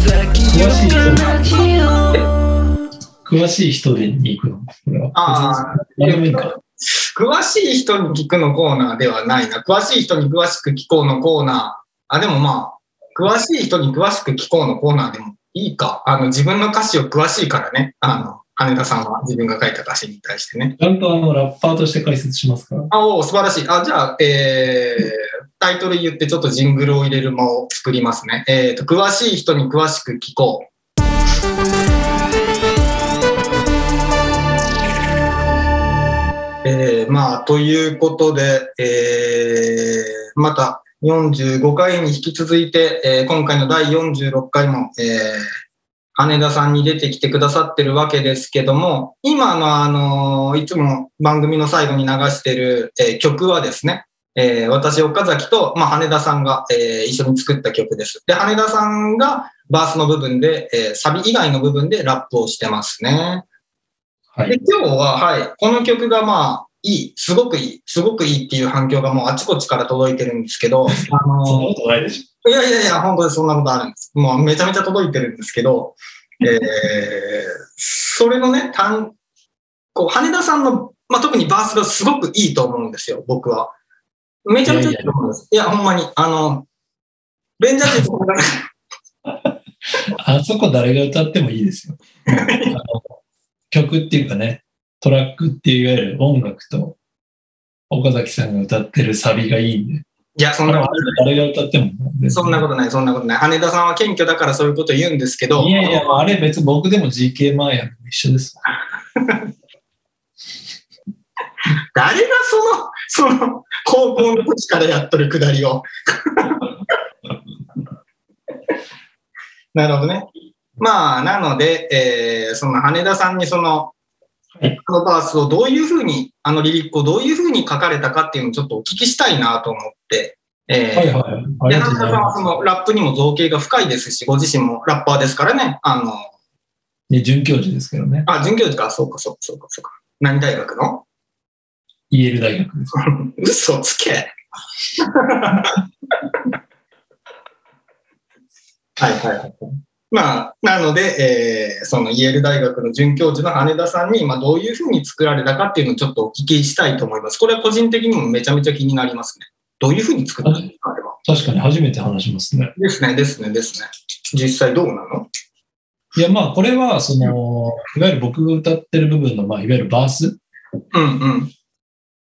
詳しい人詳しい人でに行くのこれは。ああ、何でもいいか。詳しい人に聞くのコーナーではないな。詳しい人に詳しく聞こうのコーナー。あ、でもまあ、詳しい人に詳しく聞こうのコーナーでもいいか。あの、自分の歌詞を詳しいからね。あの、羽田さんは自分が書いた歌詞に対してね。ちゃんとあのラッパーとして解説しますから。あ、おー素晴らしい。あ、じゃあ、えー、タイトル言ってちょっとジングルを入れる間を作りますね。えーと、詳しい人に詳しく聞こう。えー、まあ、ということで、えー、また45回に引き続いて、えー今回の第46回も、えー、羽田さんに出てきてくださってるわけですけども、今のあのーいつも番組の最後に流してる、えー曲はですね、えー私、岡崎と、まあ、羽田さんが、えー一緒に作った曲です。で、羽田さんがバースの部分で、えーサビ以外の部分でラップをしてますね。はでい。今日は、はい、この曲がまあ、いい、すごくいい、すごくいいっていう反響がもうあちこちから届いてるんですけど、あのーそんなことないでしいやいやいや、本当にそんなことあるんです。もうめちゃめちゃ届いてるんですけど、えー、それのね、単こう羽田さんの、まあ、特にバースがすごくいいと思うんですよ、僕は。めちゃめちゃいいと思うんです。いやほんまに、あの、ベンジャーズとかがょ。あそこ誰が歌ってもいいですよ。あの曲っていうかね、トラックっていういわゆる音楽と、岡崎さんが歌ってるサビがいいんで、いや、そあんなのこと誰が歌っても全然、そんなことない、そんなことない。羽田さんは謙虚だからそういうこと言うんですけど、いやいや、あれ別に僕でも GK マーヤンも一緒です。誰がその、その、高校の時からやっとるくだりを。なるほどね。まあ、なので、えーその羽田さんにその、はいこのバースをどういうふうに、あのリリックをどういうふうに書かれたかっていうのをちょっとお聞きしたいなと思って、えーはいはい。あで、りがとうござ花田いさんはそまのラップにも造形が深いですし、ご自身もラッパーですからね、あの、す。ね、准教授ですけどね。あ、准教授か、そうか、そうか、そうか、そうか。何大学のイェール大学です。 嘘つけ。はいはいはい。まあ、なので、えーそのイェール大学の准教授の羽田さんに、まあ、どういうふうに作られたかっていうのをちょっとお聞きしたいと思います。これは個人的にもめちゃめちゃ気になりますね。どういうふうに作ったんですか、あれは。確かに初めて話しますね。ですね、ですね、ですね。実際どうなのいや、まあ、これは、その、いわゆる僕が歌ってる部分の、まあ、いわゆるバース。うんうん。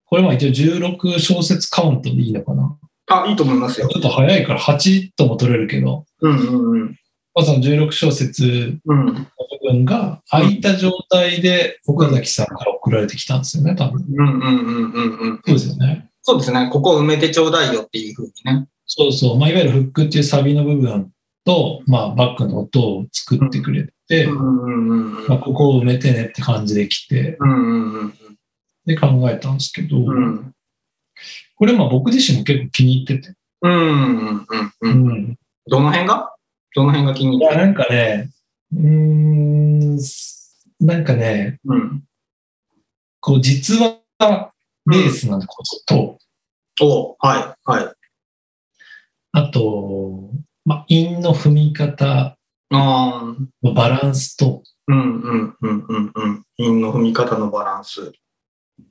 これは一応16小節カウントでいいのかな。あ、いいと思いますちよ。ょっと早いから8とも取れるけど、うんうんうん。まあ、その16小節うんの部分が空いた状態で岡崎さんから送られてきたんですよね、多分。うんうんうんうんうん。そうですよね。そうですね、ここを埋めてちょうだいよっていうふうにね。そうそう。まあ、いわゆるフックっていうサビの部分と、まあ、バックの音を作ってくれて、うんうんうんうんまあ、ここを埋めてねって感じで来て、うんうんうんで考えたんですけど、うんこれまあ僕自身も結構気に入ってて。うんうんうんううんん。どの辺がどの辺が気にい入っや、てなるんかね、うーん、すなんかね、うんこう、実はベースなことと、おはいはい。あと、まあ、韻の踏み方あーのバランスと、うんうんうんうんうん。韻の踏み方のバランス。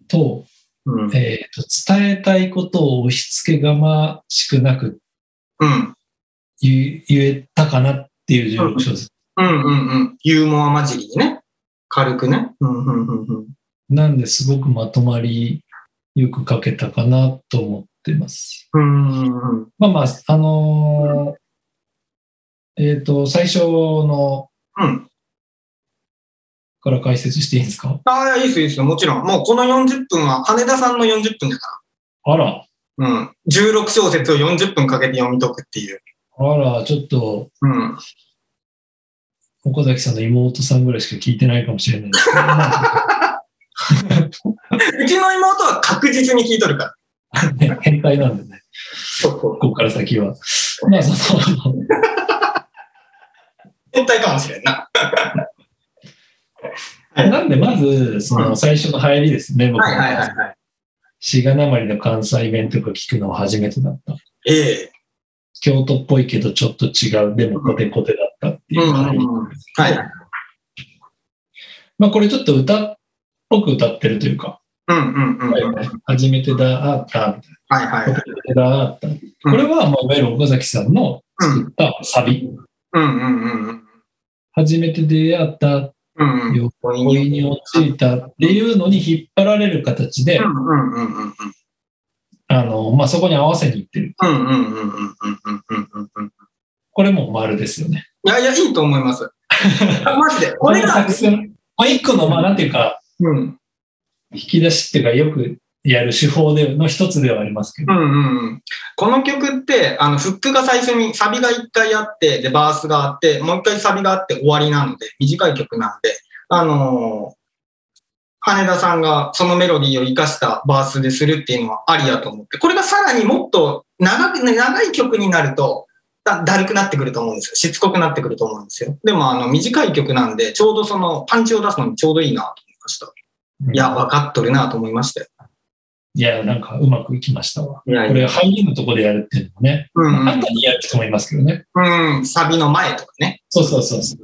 と、うん。えーと、伝えたいことを押し付けがましくなくうん言う言えたかなっていう16小節うんうんうん。ユーモア混じりにね。軽くね。うんうんうんうん。なんですごくまとまりよく書けたかなと思ってます。うんうんうんまあまあ、あのーえっ、と、最初のうん。から解説していいんですかああ、いいっすいいっすもちろん。もうこの40分は羽田さんの40分だかあら、ら。うん。16小節を40分かけて読み解くっていう。あら、ちょっと、うん。岡崎さんの妹さんぐらいしか聞いてないかもしれないですけどうちの妹は確実に聞いとるから。 ね変態なんでね、そうそう。ここから先は。まあ、その、変態かもしれんな。なんでまず、そうの、ん最初の入りですね、僕はいはいはいはい。しがなまりの関西弁とか聞くのは初めてだった。ええ京都っぽいけどちょっと違う、でもコテコテだったっていう感じうんうんうんはい。まあこれちょっと歌っぽく歌ってるというか、うんうんうん。はい初めてだあった、はいはい。初めてだあった。これは、まあ、いわゆる岡崎さんの作ったサビ。うんうんうんうん。初めて出会った、うんうん。よ恋に落ちたっていうのに引っ張られる形でう、んうんうんうんうん。あの、まあそこに合わせにいってる。うんうんうんうんうんうんうんうんうん。これも丸ですよね。いやいや、いいと思い ます。マジで。ここれれがが作、戦。まあ一個の、まあなんていうか、うん。引き出しっていうか、よくやる手法での一つではありますけうど。んうんうん。この曲って、あの、フックが最初にサビが一回あって、で、バースがあって、もう一回サビがあって終わりなので、短い曲なんで、あのー羽田さんがそのメロディーを生かしたバースでするっていうのはありやと思って、これがさらにもっと長く、長い曲になると、だだるくなってくると思うんですよ。しつこくなってくると思うんですよ。でも、あの、短い曲なんで、ちょうどその、パンチを出すのにちょうどいいなと思いました。いや、分かっとるなと思いましたよ。いや、なんかうまくいきましたわ。いやこれ、ハイのとこでやるっていうのもね、うん、後にやる人もいますけどね。うん、うん、サビの前とかね。そうそうそうそう。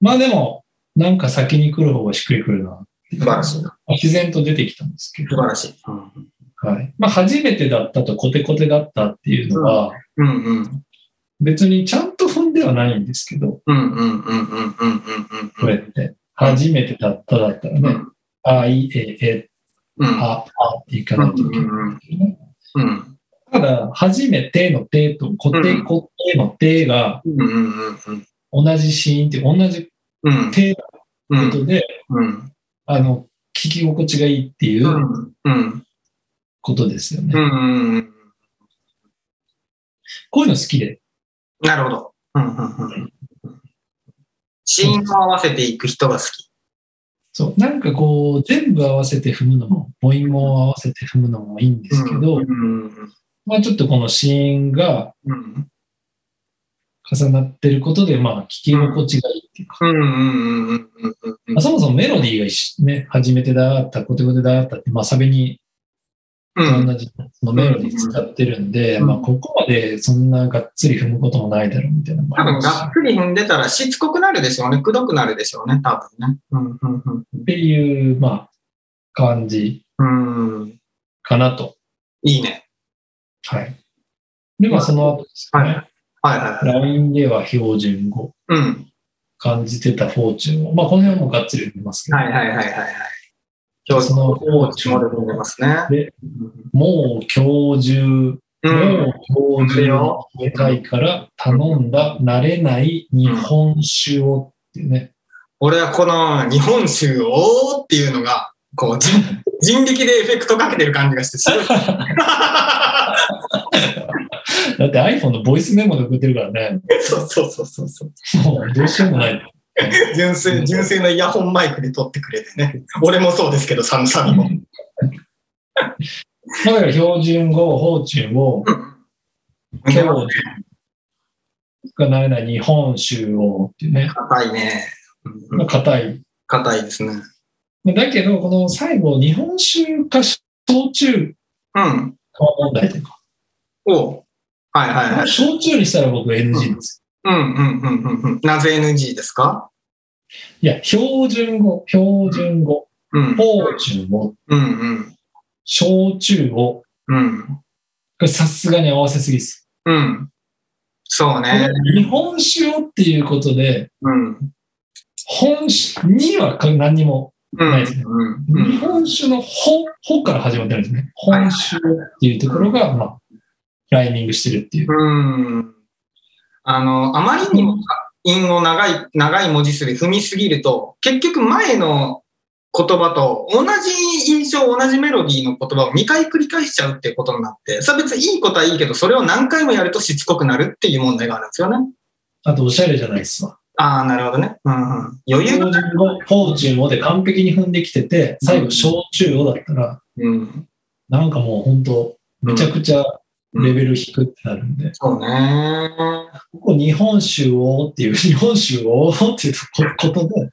まあでも、なんか先に来る方がしっくりくるな。素晴らしい。素自然と出てきたんですけど晴。らしい。はい。まあ、初めてだったとコテコテだったっていうのは、うんうん。別にちゃんと踏んではないんですけど、うんうんうんうんうんうんうん。これって。初めてだっただったらうね、ん。あ、い、え、え、うん。あ、あっていかないといけないけどね。うん。ただ、初めてのてとコテコテのてがうんうんうんうん。同じシーンって同じうん。てうこん。とで、うん。あの、聞き心地がいいっていうんう。うん。ことですよね。うん。こういうの好きで。なるほど。うんうんうん。シーンを合わせていく人が好き。そう。なんかこう、全部合わせて踏むのも、母音も合わせて踏むのもいいんですけど、うん。まあちょっとこのシーンがうん。重なってることで、まあ聞き心地がいいっていうか、うんうんうんうんうんまあそもそもメロディーが一緒ね、初めてだった、コテコテだったって、まあサビにう同ん。じそのメロディー使ってるんで、うんまあここまでそんながっつり踏むこともないだろうみたいなのも多あり分、ますしがっつり踏んでたらしつこくなるでしょうね。くどくなるでしょうね。多分ね。うんうんうんっていう、まあ、感じうん。うん。かなと。いいね。はい。で、まあその後ですね、はいはいはいはい。 LINE では標準語。うん。感じてたフォーチュンを、まあ、この辺もがっつり読みますけど、はいはいはいはいはい。今日そのフォーチちもュでン、飲んでますね。でもう今日中、うん。もう今日中の世界から頼んだ慣れない日本酒をっていうね、俺はこの日本酒をっていうのが、こう、 人人力でエフェクトかけてる感じがして、 すごい。だって iPhone のボイスメモで送ってるからね、そうそうそうそうそう。もうどうしようもない。純粋、純粋なイヤホンマイクで撮ってくれてね。俺もそうですけど、サムサミも。だから標準語、フォーチュンを、今日中が慣れない日本酒をっていうね、硬いね。うんまあ硬い。硬いですね。だけど、この最後、日本酒か焼酎うん。か問題というか、おうはいはいはい。焼酎にしたら僕 NG です。うんうんうんうんうん。なぜ NG ですかいや、標準語、標準語、うん。芳醇を、うんうん。焼酎を、こうん。れさすがに合わせすぎです。うん。そうね。日本酒をっていうことで、うん。本酒には何にも、うん。ないですねうん。う日ん。本酒の本、本から始まってるんですね。い本酒をっていうところが、まあ、ライミングしてるっていう。うん。あの、あまりにも韻を長い、長い文字数で踏みすぎると、結局前の言葉と同じ印象、同じメロディーの言葉を2回繰り返しちゃうっていうことになって、それ別にいいことはいいけど、それを何回もやるとしつこくなるっていう問題があるんですよね。あと、おしゃれじゃないですわ。ああ、なるほどね。うんうん、余裕標が準語、芳醇をで完璧に踏んできてて、最後、焼酎をだったら、うん。なんかもう本当、めちゃくちゃレベル低くなるんで、そうね。ここ日本酒をっていう、日本酒をっていうことで、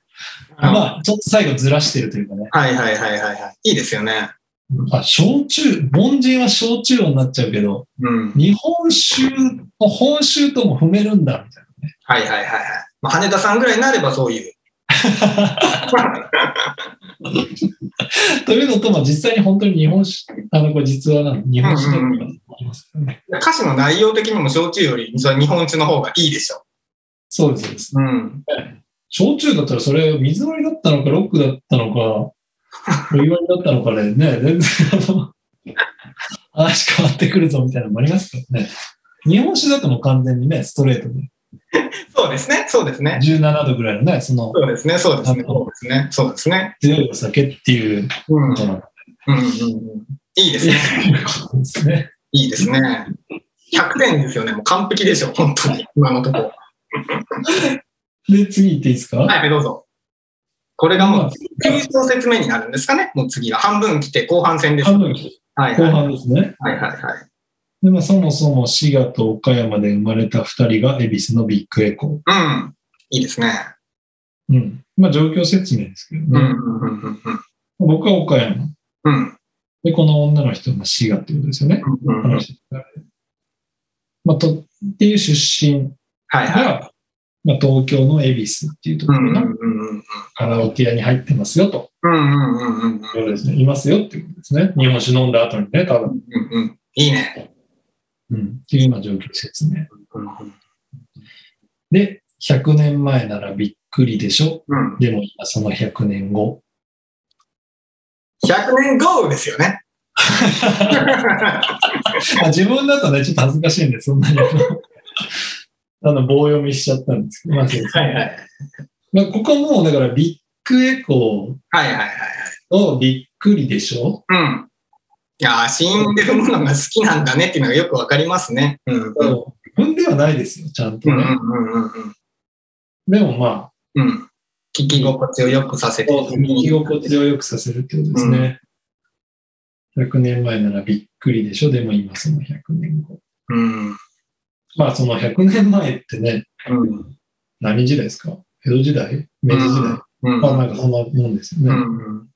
まあ、ちょっと最後ずらしてるというかね、はいはいはいはいはい。いいですよね。あ、焼酎、凡人は焼酎になっちゃうけど、うん。日本酒の本州とも踏めるんだ、みたいなね。はいはいはいはい。まあ、羽田さんぐらいになればそういう。 というのと、まあ、実際に本当に日本史、あの、これ実はなん日本史だとかありますよね。歌詞の内容的にも焼酎よりそれは日本酒の方がいいでしょ。そうです、そうです。うん。焼酎だったらそれ水割りだったのか、ロックだったのか、お湯割りだったのかでね、全然あの、話変わってくるぞみたいなのもありますからね。日本酒だともう完全にね、ストレートで、そうですね、そうですね。 17度ぐらいのね、そのそうですね、そうですね、あそうですね、そうですね。強いお酒っていううん。こうんうとんなんうんいいですね、ですね。いいですね。100点ですよね、もう完璧でしょ、本当に、今のところ。で、次行っていいですか、はい、どうぞ。これがもまうあ、 9小節目になるんですかね、もう次が。半分来て後半戦です。半分はい後はい半ですね。はいはいはい。でまあ、そもそも滋賀と岡山で生まれた2人が恵比寿のビッグエコうん。いいですね。ー。うん。まあ、状況説明ですけどうんうね。んうんうんうん。僕は岡山。うんで、この女の人が滋賀っていうことですよね。うんうん。まあ、とっていう出身はいはい。が、まあ、東京の恵比寿っていうとうこんろのうんうんうんカラオケ屋に入ってますよと。うんうんうんうんそうですね。いますよっていうことですね。日本酒飲んだ後にね、多分。うんうんいいね。うん。っていうような状況説明。うんで、100年前ならびっくりでしょ。うんでも今その100年後。 100年後ですよね。まあ自分だとね、ちょっと恥ずかしいんで、そんなに。 あの、棒読みしちゃったんですけど、まあそうですはいはい。まあ、ここもうだからビッグエコはいはいはいはい。ーをびっくりでしょうん。いやー、死んでるものが好きなんだねっていうのがよくわかりますね。うんうん踏んではないですよ、ちゃんとうんうね。んうんうんでもまうん。聞き心地を良くさせあ、て。聞き心地を良くさせるってことですね。100年前ならびっくりでしょでも今その100年後。うん。まあその100年前ってね、うん。何時代ですか江戸時代明治時代、うん。まあなんかそんなもんですよね。うん。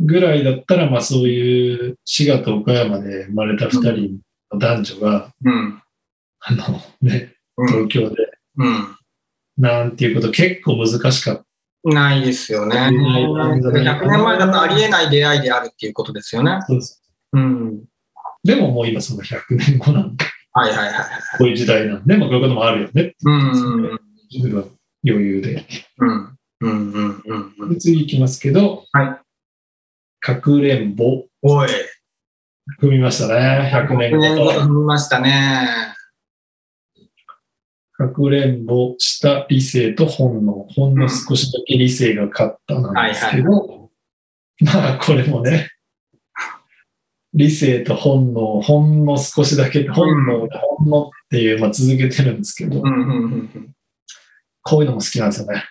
ぐらいだったら、まあそういう滋賀と岡山で生まれた二人の男女が、うん。あのね、東京でうん。なんていうこと結構難しかった。ないですよね。ありえないなんじゃ100ない年前だとありえない出会いであるっていうことですよね。うん。でももう今その100年後なんで、はいはいはいはい。こういう時代なんで、まあこういうこともあるよね。うんうん自分は余裕で。うん。うんうんうんうん。で次行きますけど、はいかくれんぼ、おい。踏みましたね。100 100年後と。見ましたね。かくれんぼした理性と本能。ほんの少しだけ理性が勝ったなんですけど、まあこれもね、理性と本能、ほんの少しだけ、本能が本能っていう、まあ続けてるんですけど、うんうんうんうん。こういうのも好きなんですよね。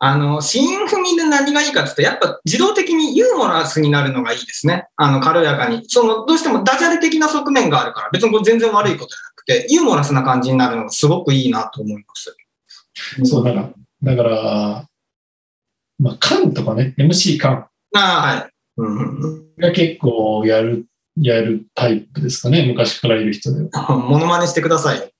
あの、新踏みで何がいいかって言ったら、やっぱ自動的にユーモラスになるのがいいですね。あの、軽やかに。その、どうしてもダジャレ的な側面があるから、別にこれ全然悪いことじゃなくて、ユーモラスな感じになるのがすごくいいなと思います。そう、だ。だから、だから、まあ、カンとかね、MC カンああ、はい。うんうんうん。が結構やる、やるタイプですかね、昔からいる人で は。モノマネしてくださいよ。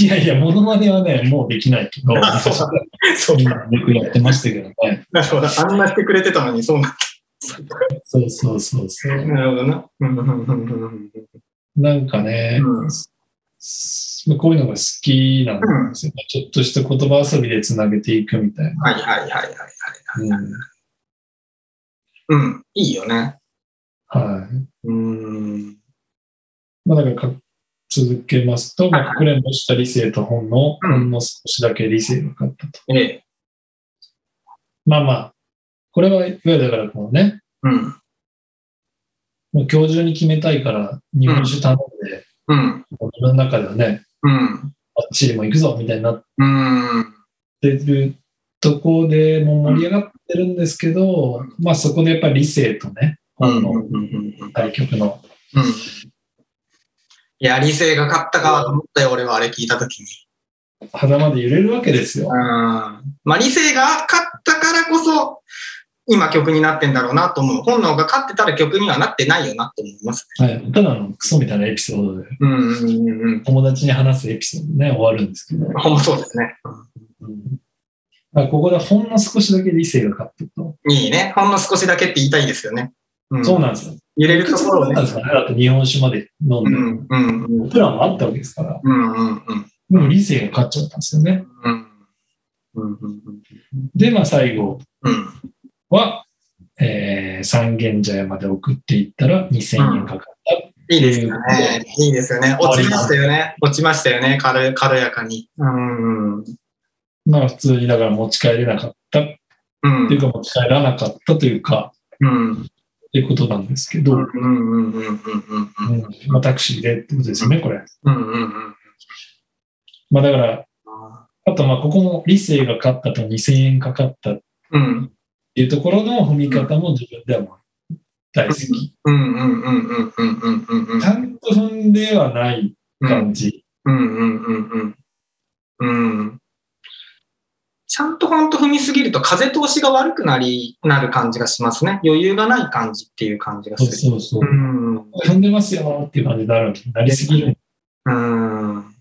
いやいや、モノマネはね、もうできないけ ど、昔からそうみんなよくやってましたけどね。なるほど。あんなしてくれてたのに、そうなんそうそうそうそう。なるほどな。うんうんうんうんなんかね、うんすこういうのが好きなんですよね。ちょっとした言葉遊びでつなげていくみたいな。はいはいはいはいはい。うんうん、いいよね。はうん。い。まあ、だからか続けますと、はいまあ、隠れんぼした理性と本能、うんほんの少しだけ理性が勝ったと。ええ。まあまあ、これはいわゆるだからこうね、うん。もう今日中に決めたいから日本酒頼んで、うん。もう自分の中ではね、うん。あっちにも行くぞみたいになっうん。ってるとこでもう盛り上がってるんですけど、まあそこでやっぱり理性とね、本うのんうん。対局の、いや、理性が勝ったかと思ったよ、俺はあれ聞いたときに。狭間で揺れるわけですようん。。まあ、理性が勝ったからこそ、今曲になってんだろうなと思う。本能が勝ってたら曲にはなってないよなと思います。はい、ただのクソみたいなエピソードで、うんうんうんうん。友達に話すエピソードでね、終わるんですけど、ほんまそうですね。うん、だからここでほんの少しだけ理性が勝ってると、いいね。ほんの少しだけって言いたいですよね。うん、そうなんですよ。揺れいるくとつもころなをんね。ですかね、だって日本酒まで飲うんで、んうんうんプランもあったわけですから、うんうんうんでも理性が勝っちゃったんですよね。うんうんうんで、まあ最後うんは、えー三軒茶屋まで送っていったら2000円かかった。いいですよね。いいですよね。落ちましたよね。落ちましたよね。軽軽やかに。うんうんまあ普通にだから持ち帰れなかったっうていうんか持ち帰らなかったというか、うんっていうことなんですけど、ううんんうんうんうんうんうんまあ、タクシーでってことですよね、これ。うんうんまあだから、あとまあここも理性が勝ったと2000円かかったっうんていうところの踏み方も自分ではもう大好き。うんうんうんうんうんうんうんうんうんちゃんと踏んではない感じ。うんうんうんうんうんちゃんと本当踏みすぎると風通しが悪くなり、なる感じがしますね。余裕がない感じっていう感じがすそうる。そうそうう。ん。う踏んでますよっていう感じになるなりすぎる。ん。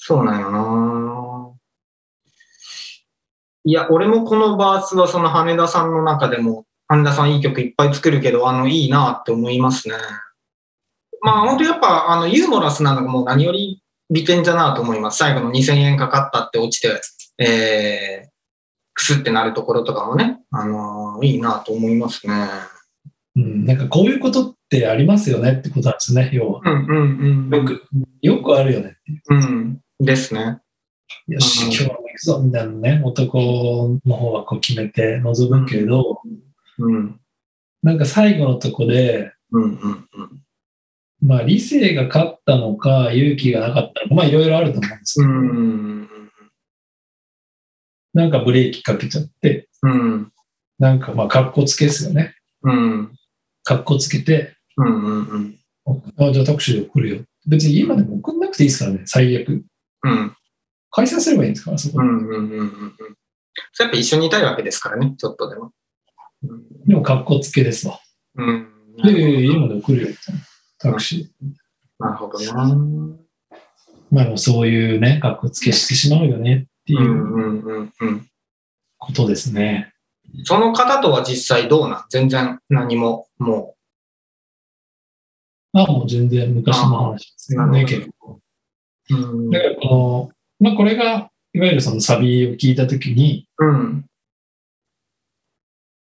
そうなんよないや、俺もこのバースはその羽田さんの中でも、羽田さんいい曲いっぱい作るけど、あの、いいなって思いますね。まあ、本当やっぱ、あの、ユーモラスなのがもう何より美点じゃなと思います。最後の2000円かかったって落ちて、えー、くすってなるところとかもね、あのーいいなと思いますね。うん、なんかこういうことってありますよねってことなんですね、要は。うんうんうん。よく、よくあるよね。うん。ですね。よし、うん今日も行くぞみたいなね、男の方はこう決めて臨むけど、うん。なんか最後のとこで、うんうんうん。まあ理性が勝ったのか、勇気がなかったのか、まあいろいろあると思うんですけうど、ん。なんかブレーキかけちゃって、うん。なんかまあ格好つけですよね。うん。格好つけて、うん。うん。あじゃあタクシーで送るよ。別に家までも送んなくていいですからね、最悪。うん。解散すればいいんですから、そこう。ん。うん。うん。それやっぱ一緒にいたいわけですからね、ちょっとでも。でも格好つけですわ。うん。で、家まで送るよ、みたいなタクシー。なるほどな。うん。まあでもそういうね、格好つけしてしまうよねってう。いうんうん。うん。ことですね。その方とは実際どうなん全然何も、もあ、もう全然昔の話ですよあね、ー結構。う。うんだ。からこの、まあこれが、いわゆるそのサビを聞いたときに、うん。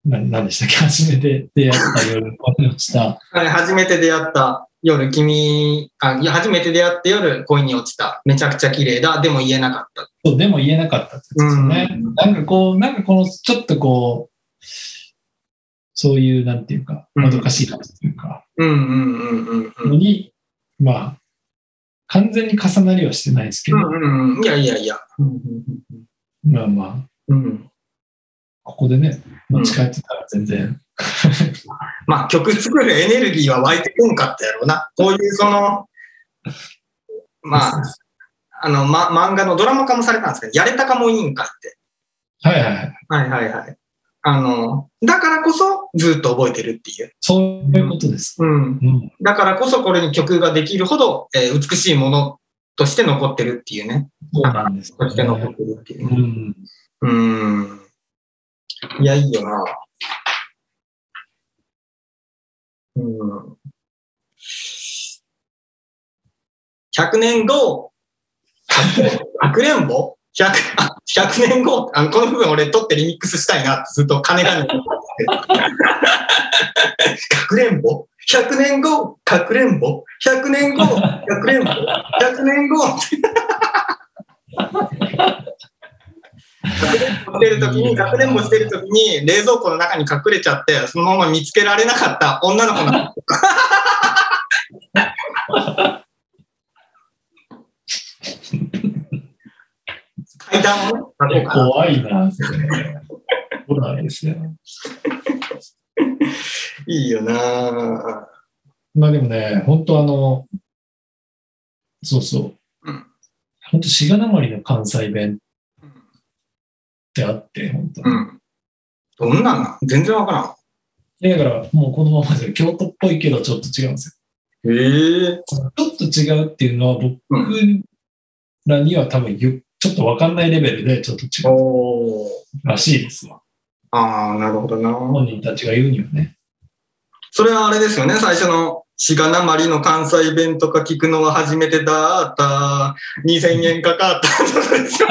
な何でしたっけ、 初めて出会った夜に恋をした、はい、初めて出会った夜、君、あ、いや、初めて出会って夜、恋に落ちた。めちゃくちゃ綺麗だ。でも言えなかった。そうでも言えなかったってやつですよね。なんかこう、なんかこの、ちょっとこう、そういう、なんていうか、うんもどかしい感じというか、うんうんうんうんうんの。に、まあ、完全に重なりはしてないですけど、うんうんうん。いやいやいや。うんまあまあ、うんうんうん、ここでね、持ち帰ってたら全然、まあ曲作るエネルギーは湧いてこんかったやろうな。こういうその、まあ、あの、ま、漫画のドラマ化もされたんですけど、やれたかも委員会って。はいはいはい。はいはいはい。あの、だからこそずっと覚えてるっていう。そういうことです。うん。うん。だからこそこれに曲ができるほど、えー美しいものとして残ってるっていうね。そうなんですよとね、して残ってるっていううね。ん。うん。いや、いいよな。うん。100年後、かくれんぼ ?100、あ100年後あの、この部分俺撮ってリミックスしたいなってずっと金がね。かくれんぼ ?100 年後、かくれんぼ ?100 年後、かくれんぼ ?100 年後って。かくれんぼしてるときに、かくれんぼしてるときに、冷蔵庫の中に隠れちゃって、そのまま見つけられなかった女の子の階段をね、怖いな、それ。そうなんですよ。いいよなまあでもね、本当あの、そうそううん。本当、滋賀なまりの関西弁ってあって、本当うん。どんなんなん全然わからん。だから、もうこのままですよ。京都っぽいけど、ちょっと違うんですええよ。ちょっと違うっていうのは、僕らには多分ゆ、ちょっとわかんないレベルで、ちょっと違うおーらしいですわ。ああ、なるほどな。本人たちが言うにはね。それはあれですよね、最初の。しがなまりの関西弁とか聞くのは初めてだった。2000円かかった。そうですよ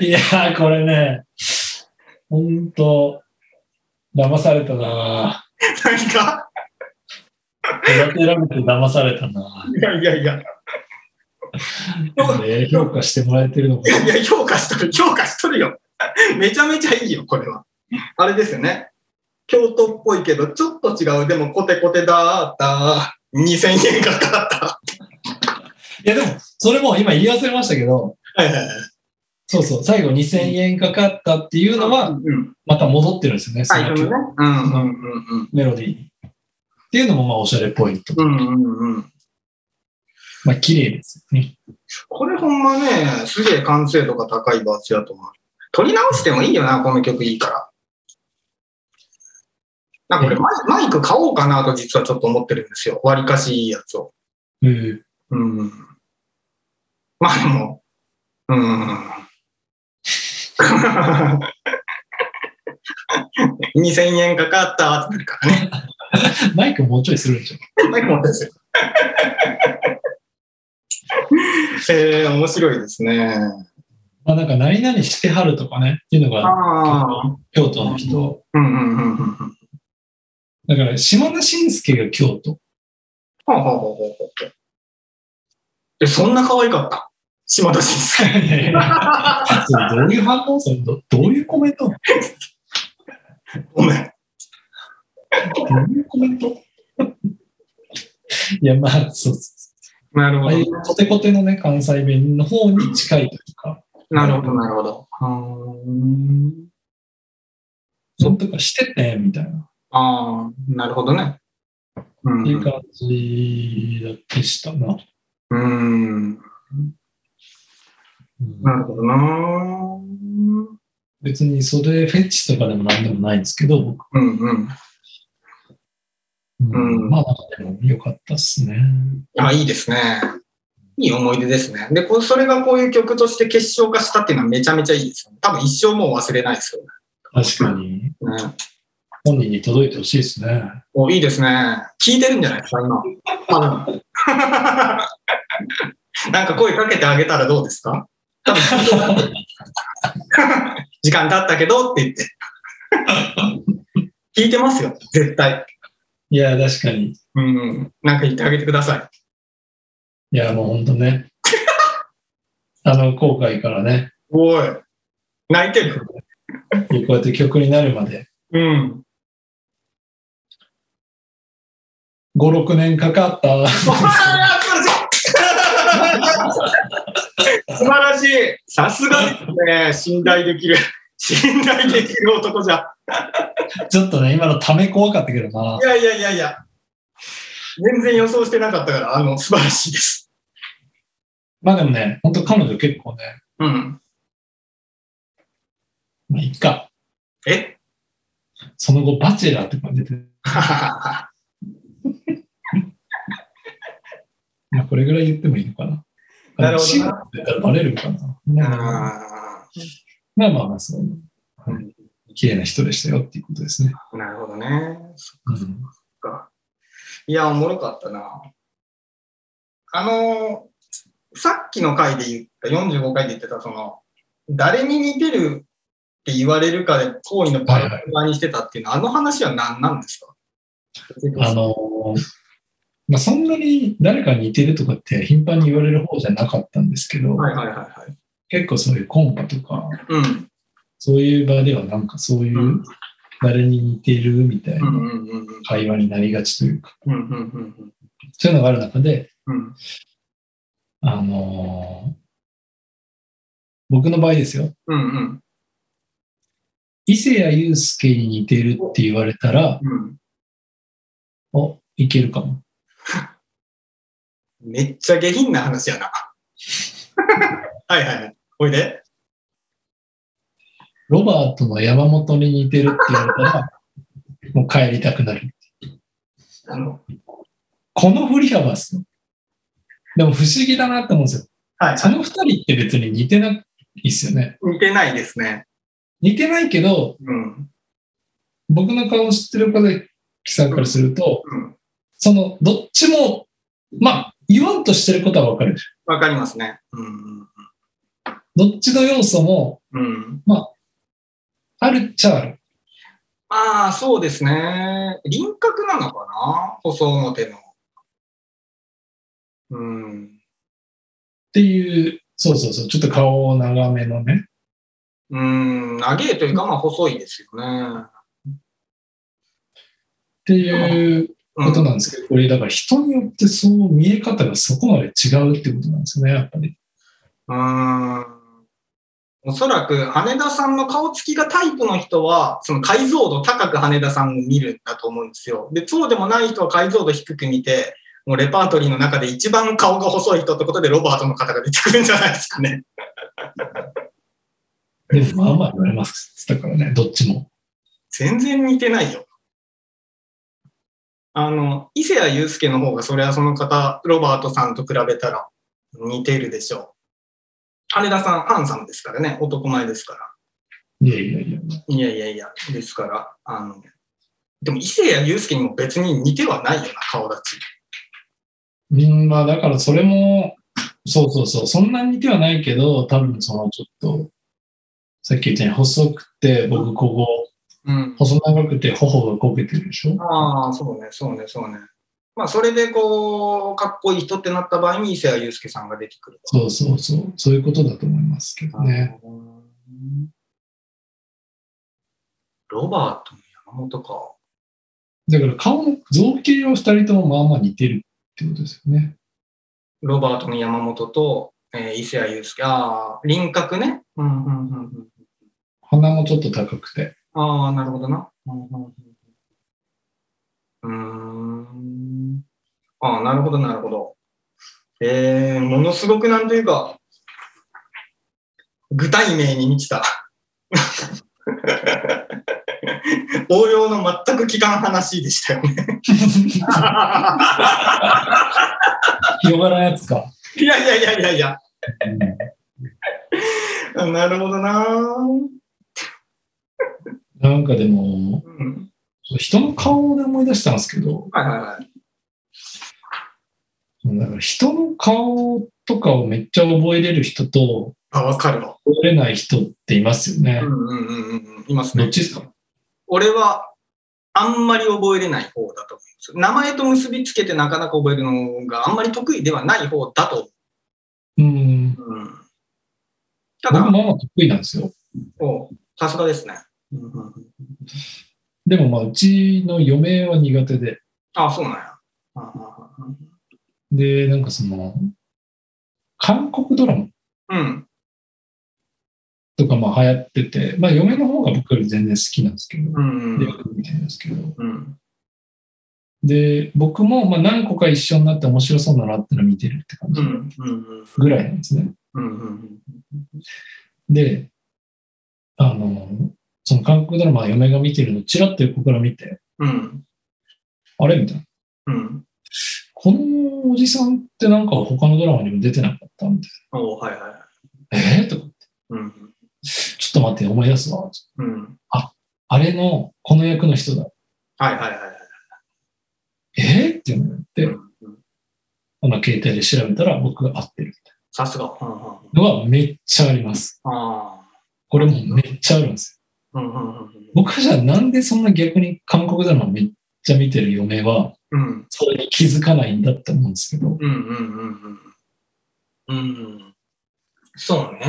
いやー、これね、ほんと、騙されたななんか、ぁ。育てられて騙されたないやいやいや、ぁ。で評価してもらえてるのかいやいや、評価しとる、評価しとるよ。めちゃめちゃいいよ、これは。あれですよね。京都っぽいけど、ちょっと違う。でも、コテコテだった。2000円かかっいや、でも、それも今言い忘れましたけど、た。はいはいはいそうそう、最後2000円かかったっていうのは、うん、また戻ってるんですよね、そ最の初のね。うんうんうんうん。メロディーに。っていうのも、まあ、おしゃれポイント。うんうんうん。まあ、綺麗ですよね。これほんまね、すげえ完成度が高いバースやと思う。撮り直してもいいよな、この曲いいから。なんかこれマイマイク買おうかなと実はちょっと思ってるんですよ。割かしいいやつを。うん。うん。まあでも、うん。2000円かかったってなるからね。マイクもうちょいするんじゃん。マイク持ってですよ。えー、面白いですね。まあ、なんか、何々してはるとかね、っていうのが、ああ。京都の人。うんうんうんうんうん。だから、島田紳介が京 都。ほうほうほうほうほう。え、そんな可愛かった島田紳介。いやいやいやそれどういう反応それどどういうコメントどごめん。ういうコメント いや、まあ、そうそうそうなるああいうコテコテのね、関西弁の方に近いというか。なるほど、なるほど。うーんなんとかしてて、みたいな、ああ、なるほどね。うんっていう感じでしたな。うん。うんなるほどな。別にそれフェチとかでもなんでもないんですけど、僕。うんうん。うんまあ、でも良かったっすね。あいいですね。いい思い出ですね。で、こうそれがこういう曲として結晶化したっていうのはめちゃめちゃいいですよね。多分一生もう忘れないですよ確かに、ね。ね本人に届いてほしいですね。おいいですね。聞いてるんじゃないですか、今。あの なんか声かけてあげたらどうですか多分時間経ったけどって言って。聞いてますよ、絶対。いや、確かに。いうん。なんか言ってあげてください。や、もう本当 ね。あの、後悔からね、おい。泣いてる。こうやって曲になるまで、うん。 5、6年かかった。 わあ素晴らしい。さすがですね。信頼できる。信頼できる男じゃ。ちょっとね、今のため怖かったけどな。いやいやいやいや。全然予想してなかったから、あの、素晴らしいです。まあでもね、本当彼女結構ね、うん。まあ、いっか。えその後、バチェラーとか出て、まあ、これぐらい言ってもいいのかな。なるほどなシーンって言ったらバレるのかな。あまあまあまあ、そう。はうんい綺麗な人でしたよっていうことですね。ーなるほどね。そっうん、か。いや、おもろかったな。あの、さっきの回で言った、45回で言ってた、その、誰に似てるって言われるかで、行為のバラバラにしてたっていうのは、あの話は何なんですかあのーまあ、そんなに誰かに似てるとかって頻繁に言われる方じゃなかったんですけど、はいはいはいはい。結構そういうコンパとか、うん。そういう場ではなんかそういううん誰に似てるみたいうんなうんうんうん。会話になりがちというか、うんうんうんそういうのがある中で、うん。うん。あのー僕の場合ですよ、うんうん。伊勢谷友介に似てるって言われたら、うんお、いけるかも。めっちゃ下品な話やな。はいはいはい。おいで。ロバートの山本に似てるって言われたら、 もう帰りたくなる。あの、この振り幅ですよ。でも不思議だなって思うんですよ。はい。その二人って別に似てないですよね。似てないですね。似てないけど、うん。僕の顔を知ってる岡崎さんからすると、うん。その、どっちも、まあ、言わんとしてることはわかるでしわかりますね。うん。ょ。どっちの要素もうん。あるっちゃある。まあ、そうですね。輪郭なのかな細表の。うん。っていう、そうそうそう、ちょっと顔を長めのね。うん。長えというか、まあ、細いですよね。っていううことん、なんですけど、これだから人によってそう見え方がそこまで違うってことなんですよね、やっぱり。うん。おそらく、羽田さんの顔つきがタイプの人は、その解像度高く羽田さんを見るんだと思うんですよ。で、そうでもない人は解像度低く見て、もうレパートリーの中で一番顔が細い人ってことでロバートの方が出てくるんじゃないですかね。でも、まあまあ言われます。だからね、どっちも。全然似てないよ。あの、伊勢谷友介の方が、それはその方、ロバートさんと比べたら似てるでしょう。羽田さん、ハンサムですからね、男前ですから。いやいやいや。いやいやいや、ですから、あの、でも伊勢谷友介にも別に似てはないような顔立ち。うん、まあだからそれも、そうそうそう、そんなに似てはないけど、多分そのちょっと、さっき言ったように細くて、僕ここ、うん。細長くて頬がこけてるでしょああ、そうね、そうね、そうね。まあ、それでこう、かっこいい人ってなった場合に伊勢谷友介さんが出てくる。そうそうそう、そういうことだと思いますけどね。うんロバートの山本か。だから顔の造形は2人ともまあまあ似てるってことですよね。ロバートの山本と、えー伊勢谷友介。ああ、輪郭ね。うんうんうんうん。鼻もちょっと高くて。 ああ、なるほどな。うんうんうんうんうーん。ああ、なるほど、なるほど。えー、ものすごくなんというか、具体名に満ちた。 応用の全く聞かん話でしたよね。広がらんやつか。 いやいやいやいやいや。なるほどなーなんかでも、うん。人の顔で思い出したんですけど、はいはいはい。だから人の顔とかをめっちゃ覚えれる人と、あ、わかるわ。覚えれない人っていますよね。うんうんうんうん。いますどっね。ちですか俺は、あんまり覚えれない方だと思うんです。名前と結びつけてなかなか覚えるのがあんまり得意ではない方だとうん。思う。うん。た僕もだ、まあまあ得意なんですよ。おさすがですね。うんうんうん、でもまあ、うちの嫁は苦手で。あ、そうなんや。うんうんで、なんかその、韓国ドラマうんうん。とかまあ流行ってて、まあ嫁の方が僕より全然好きなんですけど、うんうでよんく見てるんですけど、うん。で、僕もまあ何個か一緒になって面白そうだなってのを見てるって感うじんうんぐらいなんですね。うんうん。で、あの、その韓国ドラマ嫁が見てるのちらっと横から見て、うんあれみたいな。うん。このおじさんってなんか他のドラマにも出てなかったみたいおはいはい。な。えー、とか、うんちょっと待って、思い出すわ。うん。あれの、この役の人だ。はいはいはい。えー、って思って、うんうんあの携帯で調べたら僕が合ってるみたいさすが。うんうんうんなのはめっちゃあります。あこれもうめっちゃあるんですあ。うんうんうんよ。僕はじゃあなんでそんな逆に韓国ドラマめっちゃ見てる嫁は、うん。それに気づかないんだって思うんですけど、うんうんうんうん。うん。そうね。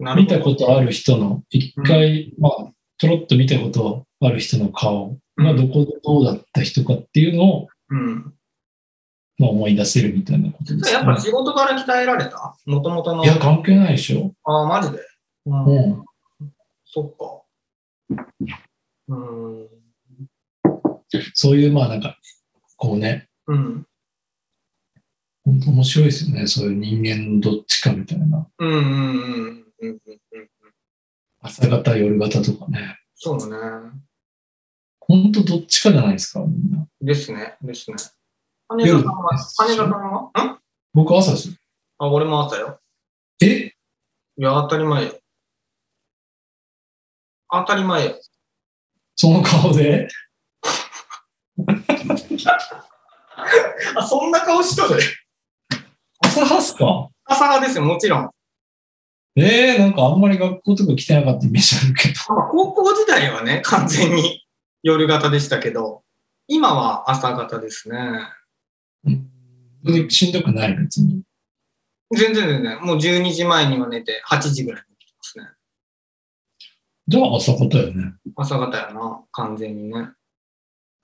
なる見ほたど。ことある人の、一回、まあ、ちょろっと見たことある人の顔がどこでどうだった人かっていうのを、うん。まあ、思い出せるみたいなことです、それやっぱ仕事から鍛えられたもともとの。いや、関係ないでしょ。ああ、マジで。うん。うん。そっか。うん。そういう、まあなんか、こうね、うん。本当面白いですよね。そういう人間のどっちかみたいな。うんうんうんうんうんうん。朝方、夜方とかね。そうだね。ほんとどっちかじゃないですか、みんな。ですね。ですね。羽田さんは、羽田さんは、ん僕朝ですよ。あ、俺も朝よ。えいや、当たり前よ。当たり前よ。その顔であ、そんな顔しとる。朝派っすか朝派ですよ、もちろん。えー、なんかあんまり学校とか来てなかったイメージあるけど。まあ高校時代はね、完全に夜型でしたけど、今は朝型ですね。でしんどくない別に。全然全然、もう12時前には寝て、8時ぐらいに起きますね。じゃあ朝方よね。朝方やな、完全にね。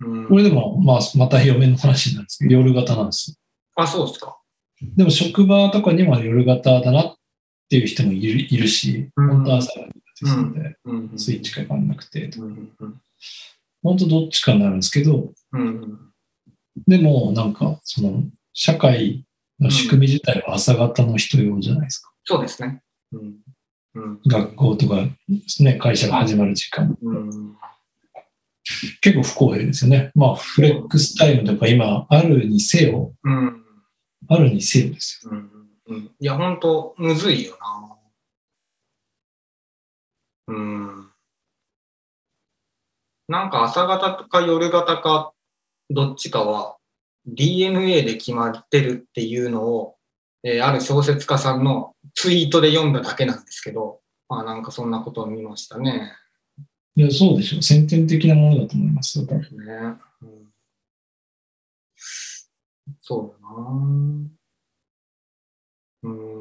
うんこ、れでも、まあ、また嫁の話になるんですけど、夜型なんですよ。あ、そうっすか。でも職場とかにも夜型だなっていう人もいるいるし、うん本当は朝が苦手ですので、うんうん、スイッチかかんなくて、うんうん本当どっちかになるんですけど、うんうんでもなんか、その、社会の仕組み自体は朝方の人用じゃないですか。そうですね。うんうん学校とか、ね、会社が始まる時間。うん結構不公平ですよね。まあ、フレックスタイムとか今、あるにせよ、うんあるにせよですよ。うんうんいや、ほんと、むずいよな。うん。なんか朝方か夜型か、どっちかは DNA で決まってるっていうのを、えーある小説家さんのツイートで読んだだけなんですけど、まあなんかそんなことを見ましたね。いや、そうでしょう。先天的なものだと思いますよ、多分ねうん、そうだな。うん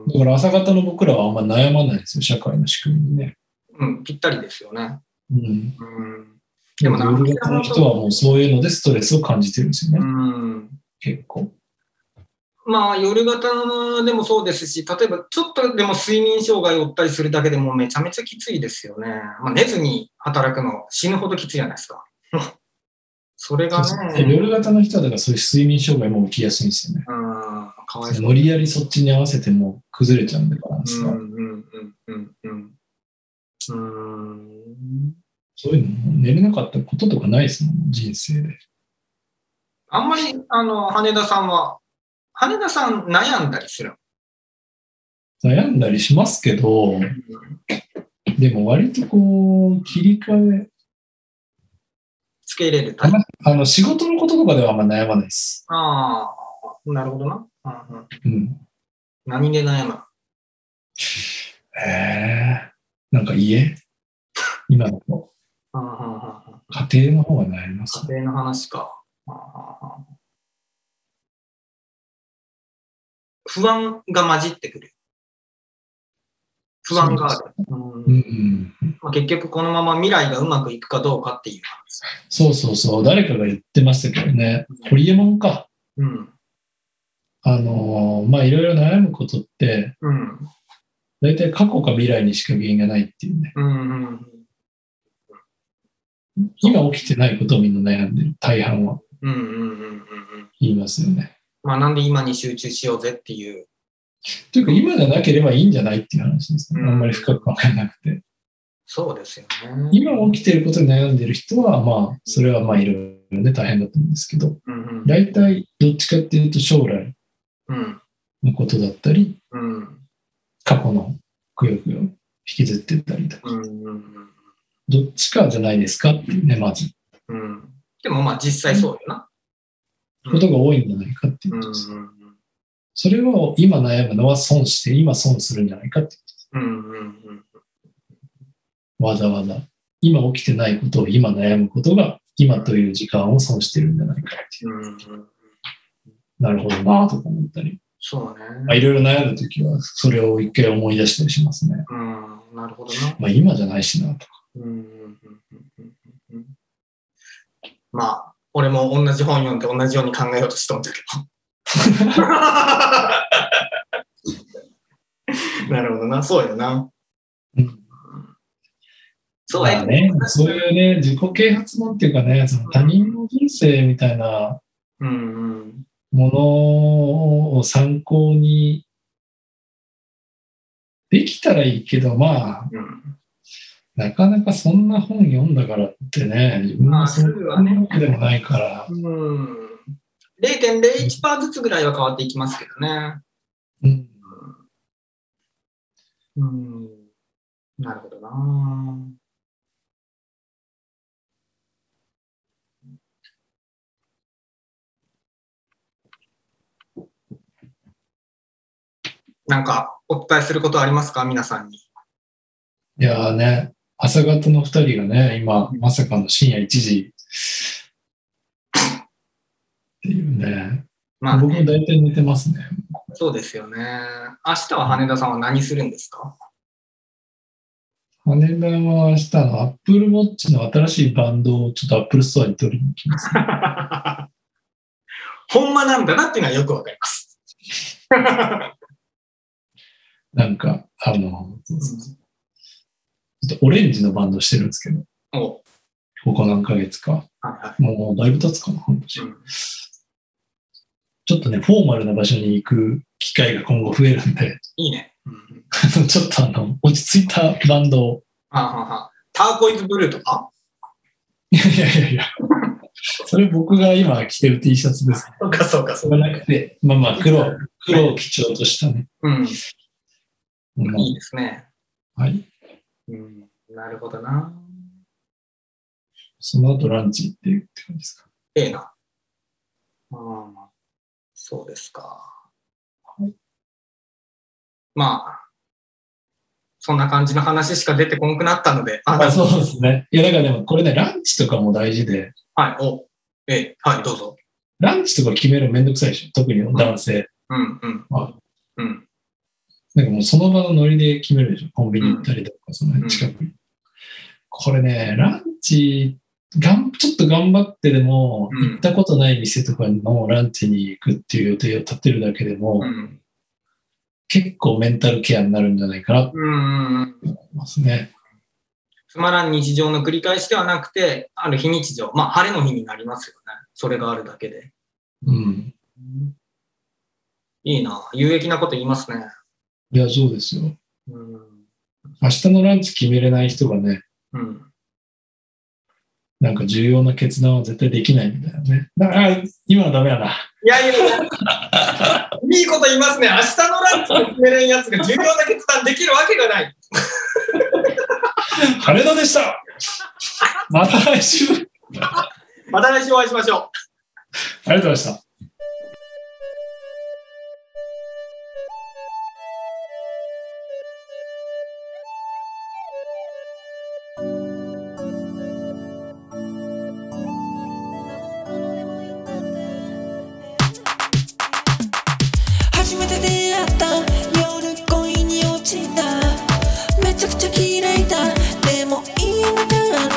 だから朝方の僕らはあんま悩まないですよ、社会の仕組みにね。うん、ぴったりですよね。うん。うん。ででももなんか夜型の人はもうそういうのでストレスを感じてるんですようね、ん、結構。まあ、夜型でもそうですし、例えばちょっとでも睡眠障害を負ったりするだけでもめちゃめちゃきついですよね。まあ、寝ずに働くの死ぬほどきついじゃないですか。 それがでね、夜型の人はだからそういう睡眠障害も起きやすいんですよね。うん、かわいそう。無理やりそっちに合わせても崩れちゃうんだからうんうんうんうんうん。うーんそういうのも寝れなかったこととかないですもん、人生で。あんまり、あの、羽田さんは、羽田さん悩んだりする。悩んだりしますけど、でも割とこう、切り替え、つけれるタイプ。あの、仕事のこととかではあんま悩まないです。ああ、なるほどな。うんうん、うん。何で悩むへえ。なんか家今の子うんうんうんうん家庭の方が悩みますね。家庭の話か。うんうんうん不安が混じってくる。不安がある。うんうんうん。まあ、結局このまま未来がうまくいくかどうかっていう話。そうそうそう。誰かが言ってましたけどね。ホリエモンか。うん。あのーまあ、いろいろ悩むことって、うん。大体過去か未来にしか原因がないっていうね。うんうんうん。今起きてないことをみんな悩んでる。大半はうんうんうんうんうん。言いますよね。まあなんで今に集中しようぜっていう。というか、今じゃなければいいんじゃないっていう話ですね。うんあんまり深く考えなくて。そうですよね。今起きてることに悩んでる人は、まあ、それはまあ、いろいろね、大変だと思うんですけど、うんうん大体、どっちかっていうと、将来、うんのことだったり、うん過去のくよくよ引きずってったりとか、うんうんうんどっちかじゃないですかっていうね、まず、うん。でもまあ実際そうよな。ことが多いんじゃないかっていうこうんとうです。んそれを今悩むのは損して、今損するんじゃないかって、うんうんうんわざわざ、今起きてないことを今悩むことが、今という時間を損してるんじゃないかっていう。うんうん。なるほどなぁとか思ったり、そうね。まあ、いろいろ悩んだ時は、それを一回思い出したりしますね。うん、なるほどな。まあ今じゃないしなとか。うんうんうんうんうんうんまあ、俺も同じ本読んで同じように考えようとしとんだけど。 なるほどな、そうやな。うんそうまあやね、そういうね、自己啓発本っていうかね、その他人の人生みたいなうんうんものを参考にできたらいいけど、まあ、うんなかなかそんな本読んだからってね、自分まあはそすぐはねんな本でもないから、うん。0.01%ずつぐらいは変わっていきますけどね。うん、うん。なるほどな。なんかお伝えすることはありますか皆さんに。いやーね、朝方の2人がね、今、まさかの深夜1時っていうね、まあ、僕も大体寝てますね。そうですよね。明日は羽田さんは何するんですか羽田は明日の Apple Watch の新しいバンドをちょっと Apple Store に取りに行きます。ほんまなんだなっていうのはよくわかります。なんか、あの、ちょっとオレンジのバンドしてるんですけど、おここ何ヶ月か。はいはもうだいぶ経つかな、半年い。うんちょっとね、フォーマルな場所に行く機会が今後増えるんで、 いいね。うん、あのちょっとあの、落ち着いたバンドを。あははターコイズブルーとかいやいやいやいや、それ僕が今着てる T シャツです。そうかそうかそそれなくて、まあまあ、黒を、黒を基調としたね。うん、いもいのですね。はい。うん、なるほどな。その後ランチ行ってって感じですか。ええな。うん、そうですか。いまあ、そんな感じの話しか出てこなくなったので、ああそうですね。いや、だからでもこれね、ランチとかも大事で、はい、お、ええ、はい、どうぞ。ランチとか決めるのめんどくさいでしょ。特に男性。うん、うんあ。うん、なんかもうその場のノリで決めるでしょ。コンビニ行ったりとか、その近くに。これね、ランチ、がんちょっと頑張ってでも、うん行ったことない店とかのランチに行くっていう予定を立てるだけでも、うん、結構メンタルケアになるんじゃないかなとうんうん、うん。思いますね。つまらん日常の繰り返しではなくて、ある非日常、まあ、晴れの日になりますよね。それがあるだけで。うん。いいな、有益なこと言いますね。いや、そうですよ。うん。明日のランチ決めれない人がね、うん。なんか重要な決断は絶対できないみたいなね。だから、あ今はダメやな。 いやいやいや、いいこと言いますね。明日のランチを決めれんやつが重要な決断できるわけがない。羽田でしたまた来週ありまた来週お会いしましょう。がとうございました。初めて出会った夜恋に落ちためちゃくちゃ綺麗だでも言えなかっ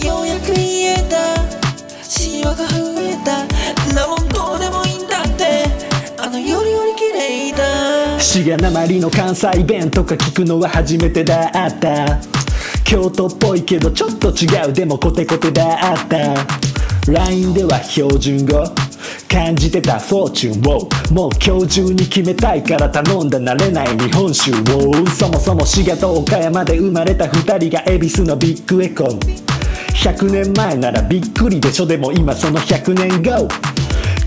たようやく言えたシワが増えたなもんどうでもいいんだってあの夜より綺麗だ滋賀なまりの関西弁とか聞くのは初めてだった京都っぽいけどちょっと違うでもコテコテだった LINE では標準語感じてたフォーチュンをもう今日中に決めたいから頼んだ慣れない日本酒をそもそも滋賀と岡山で生まれた2人が恵比寿のビッグエコン100年前ならびっくりでしょでも今その100年後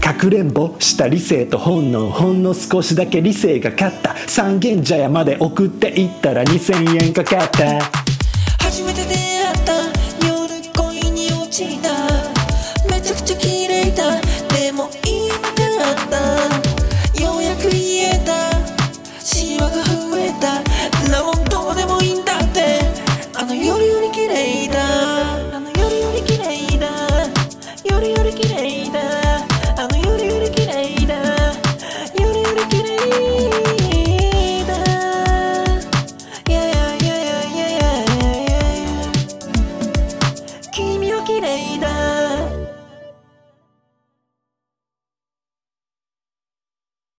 かくれんぼした理性と本能ほんの少しだけ理性が勝った三軒茶屋まで送っていったら2000円かかった初めて出会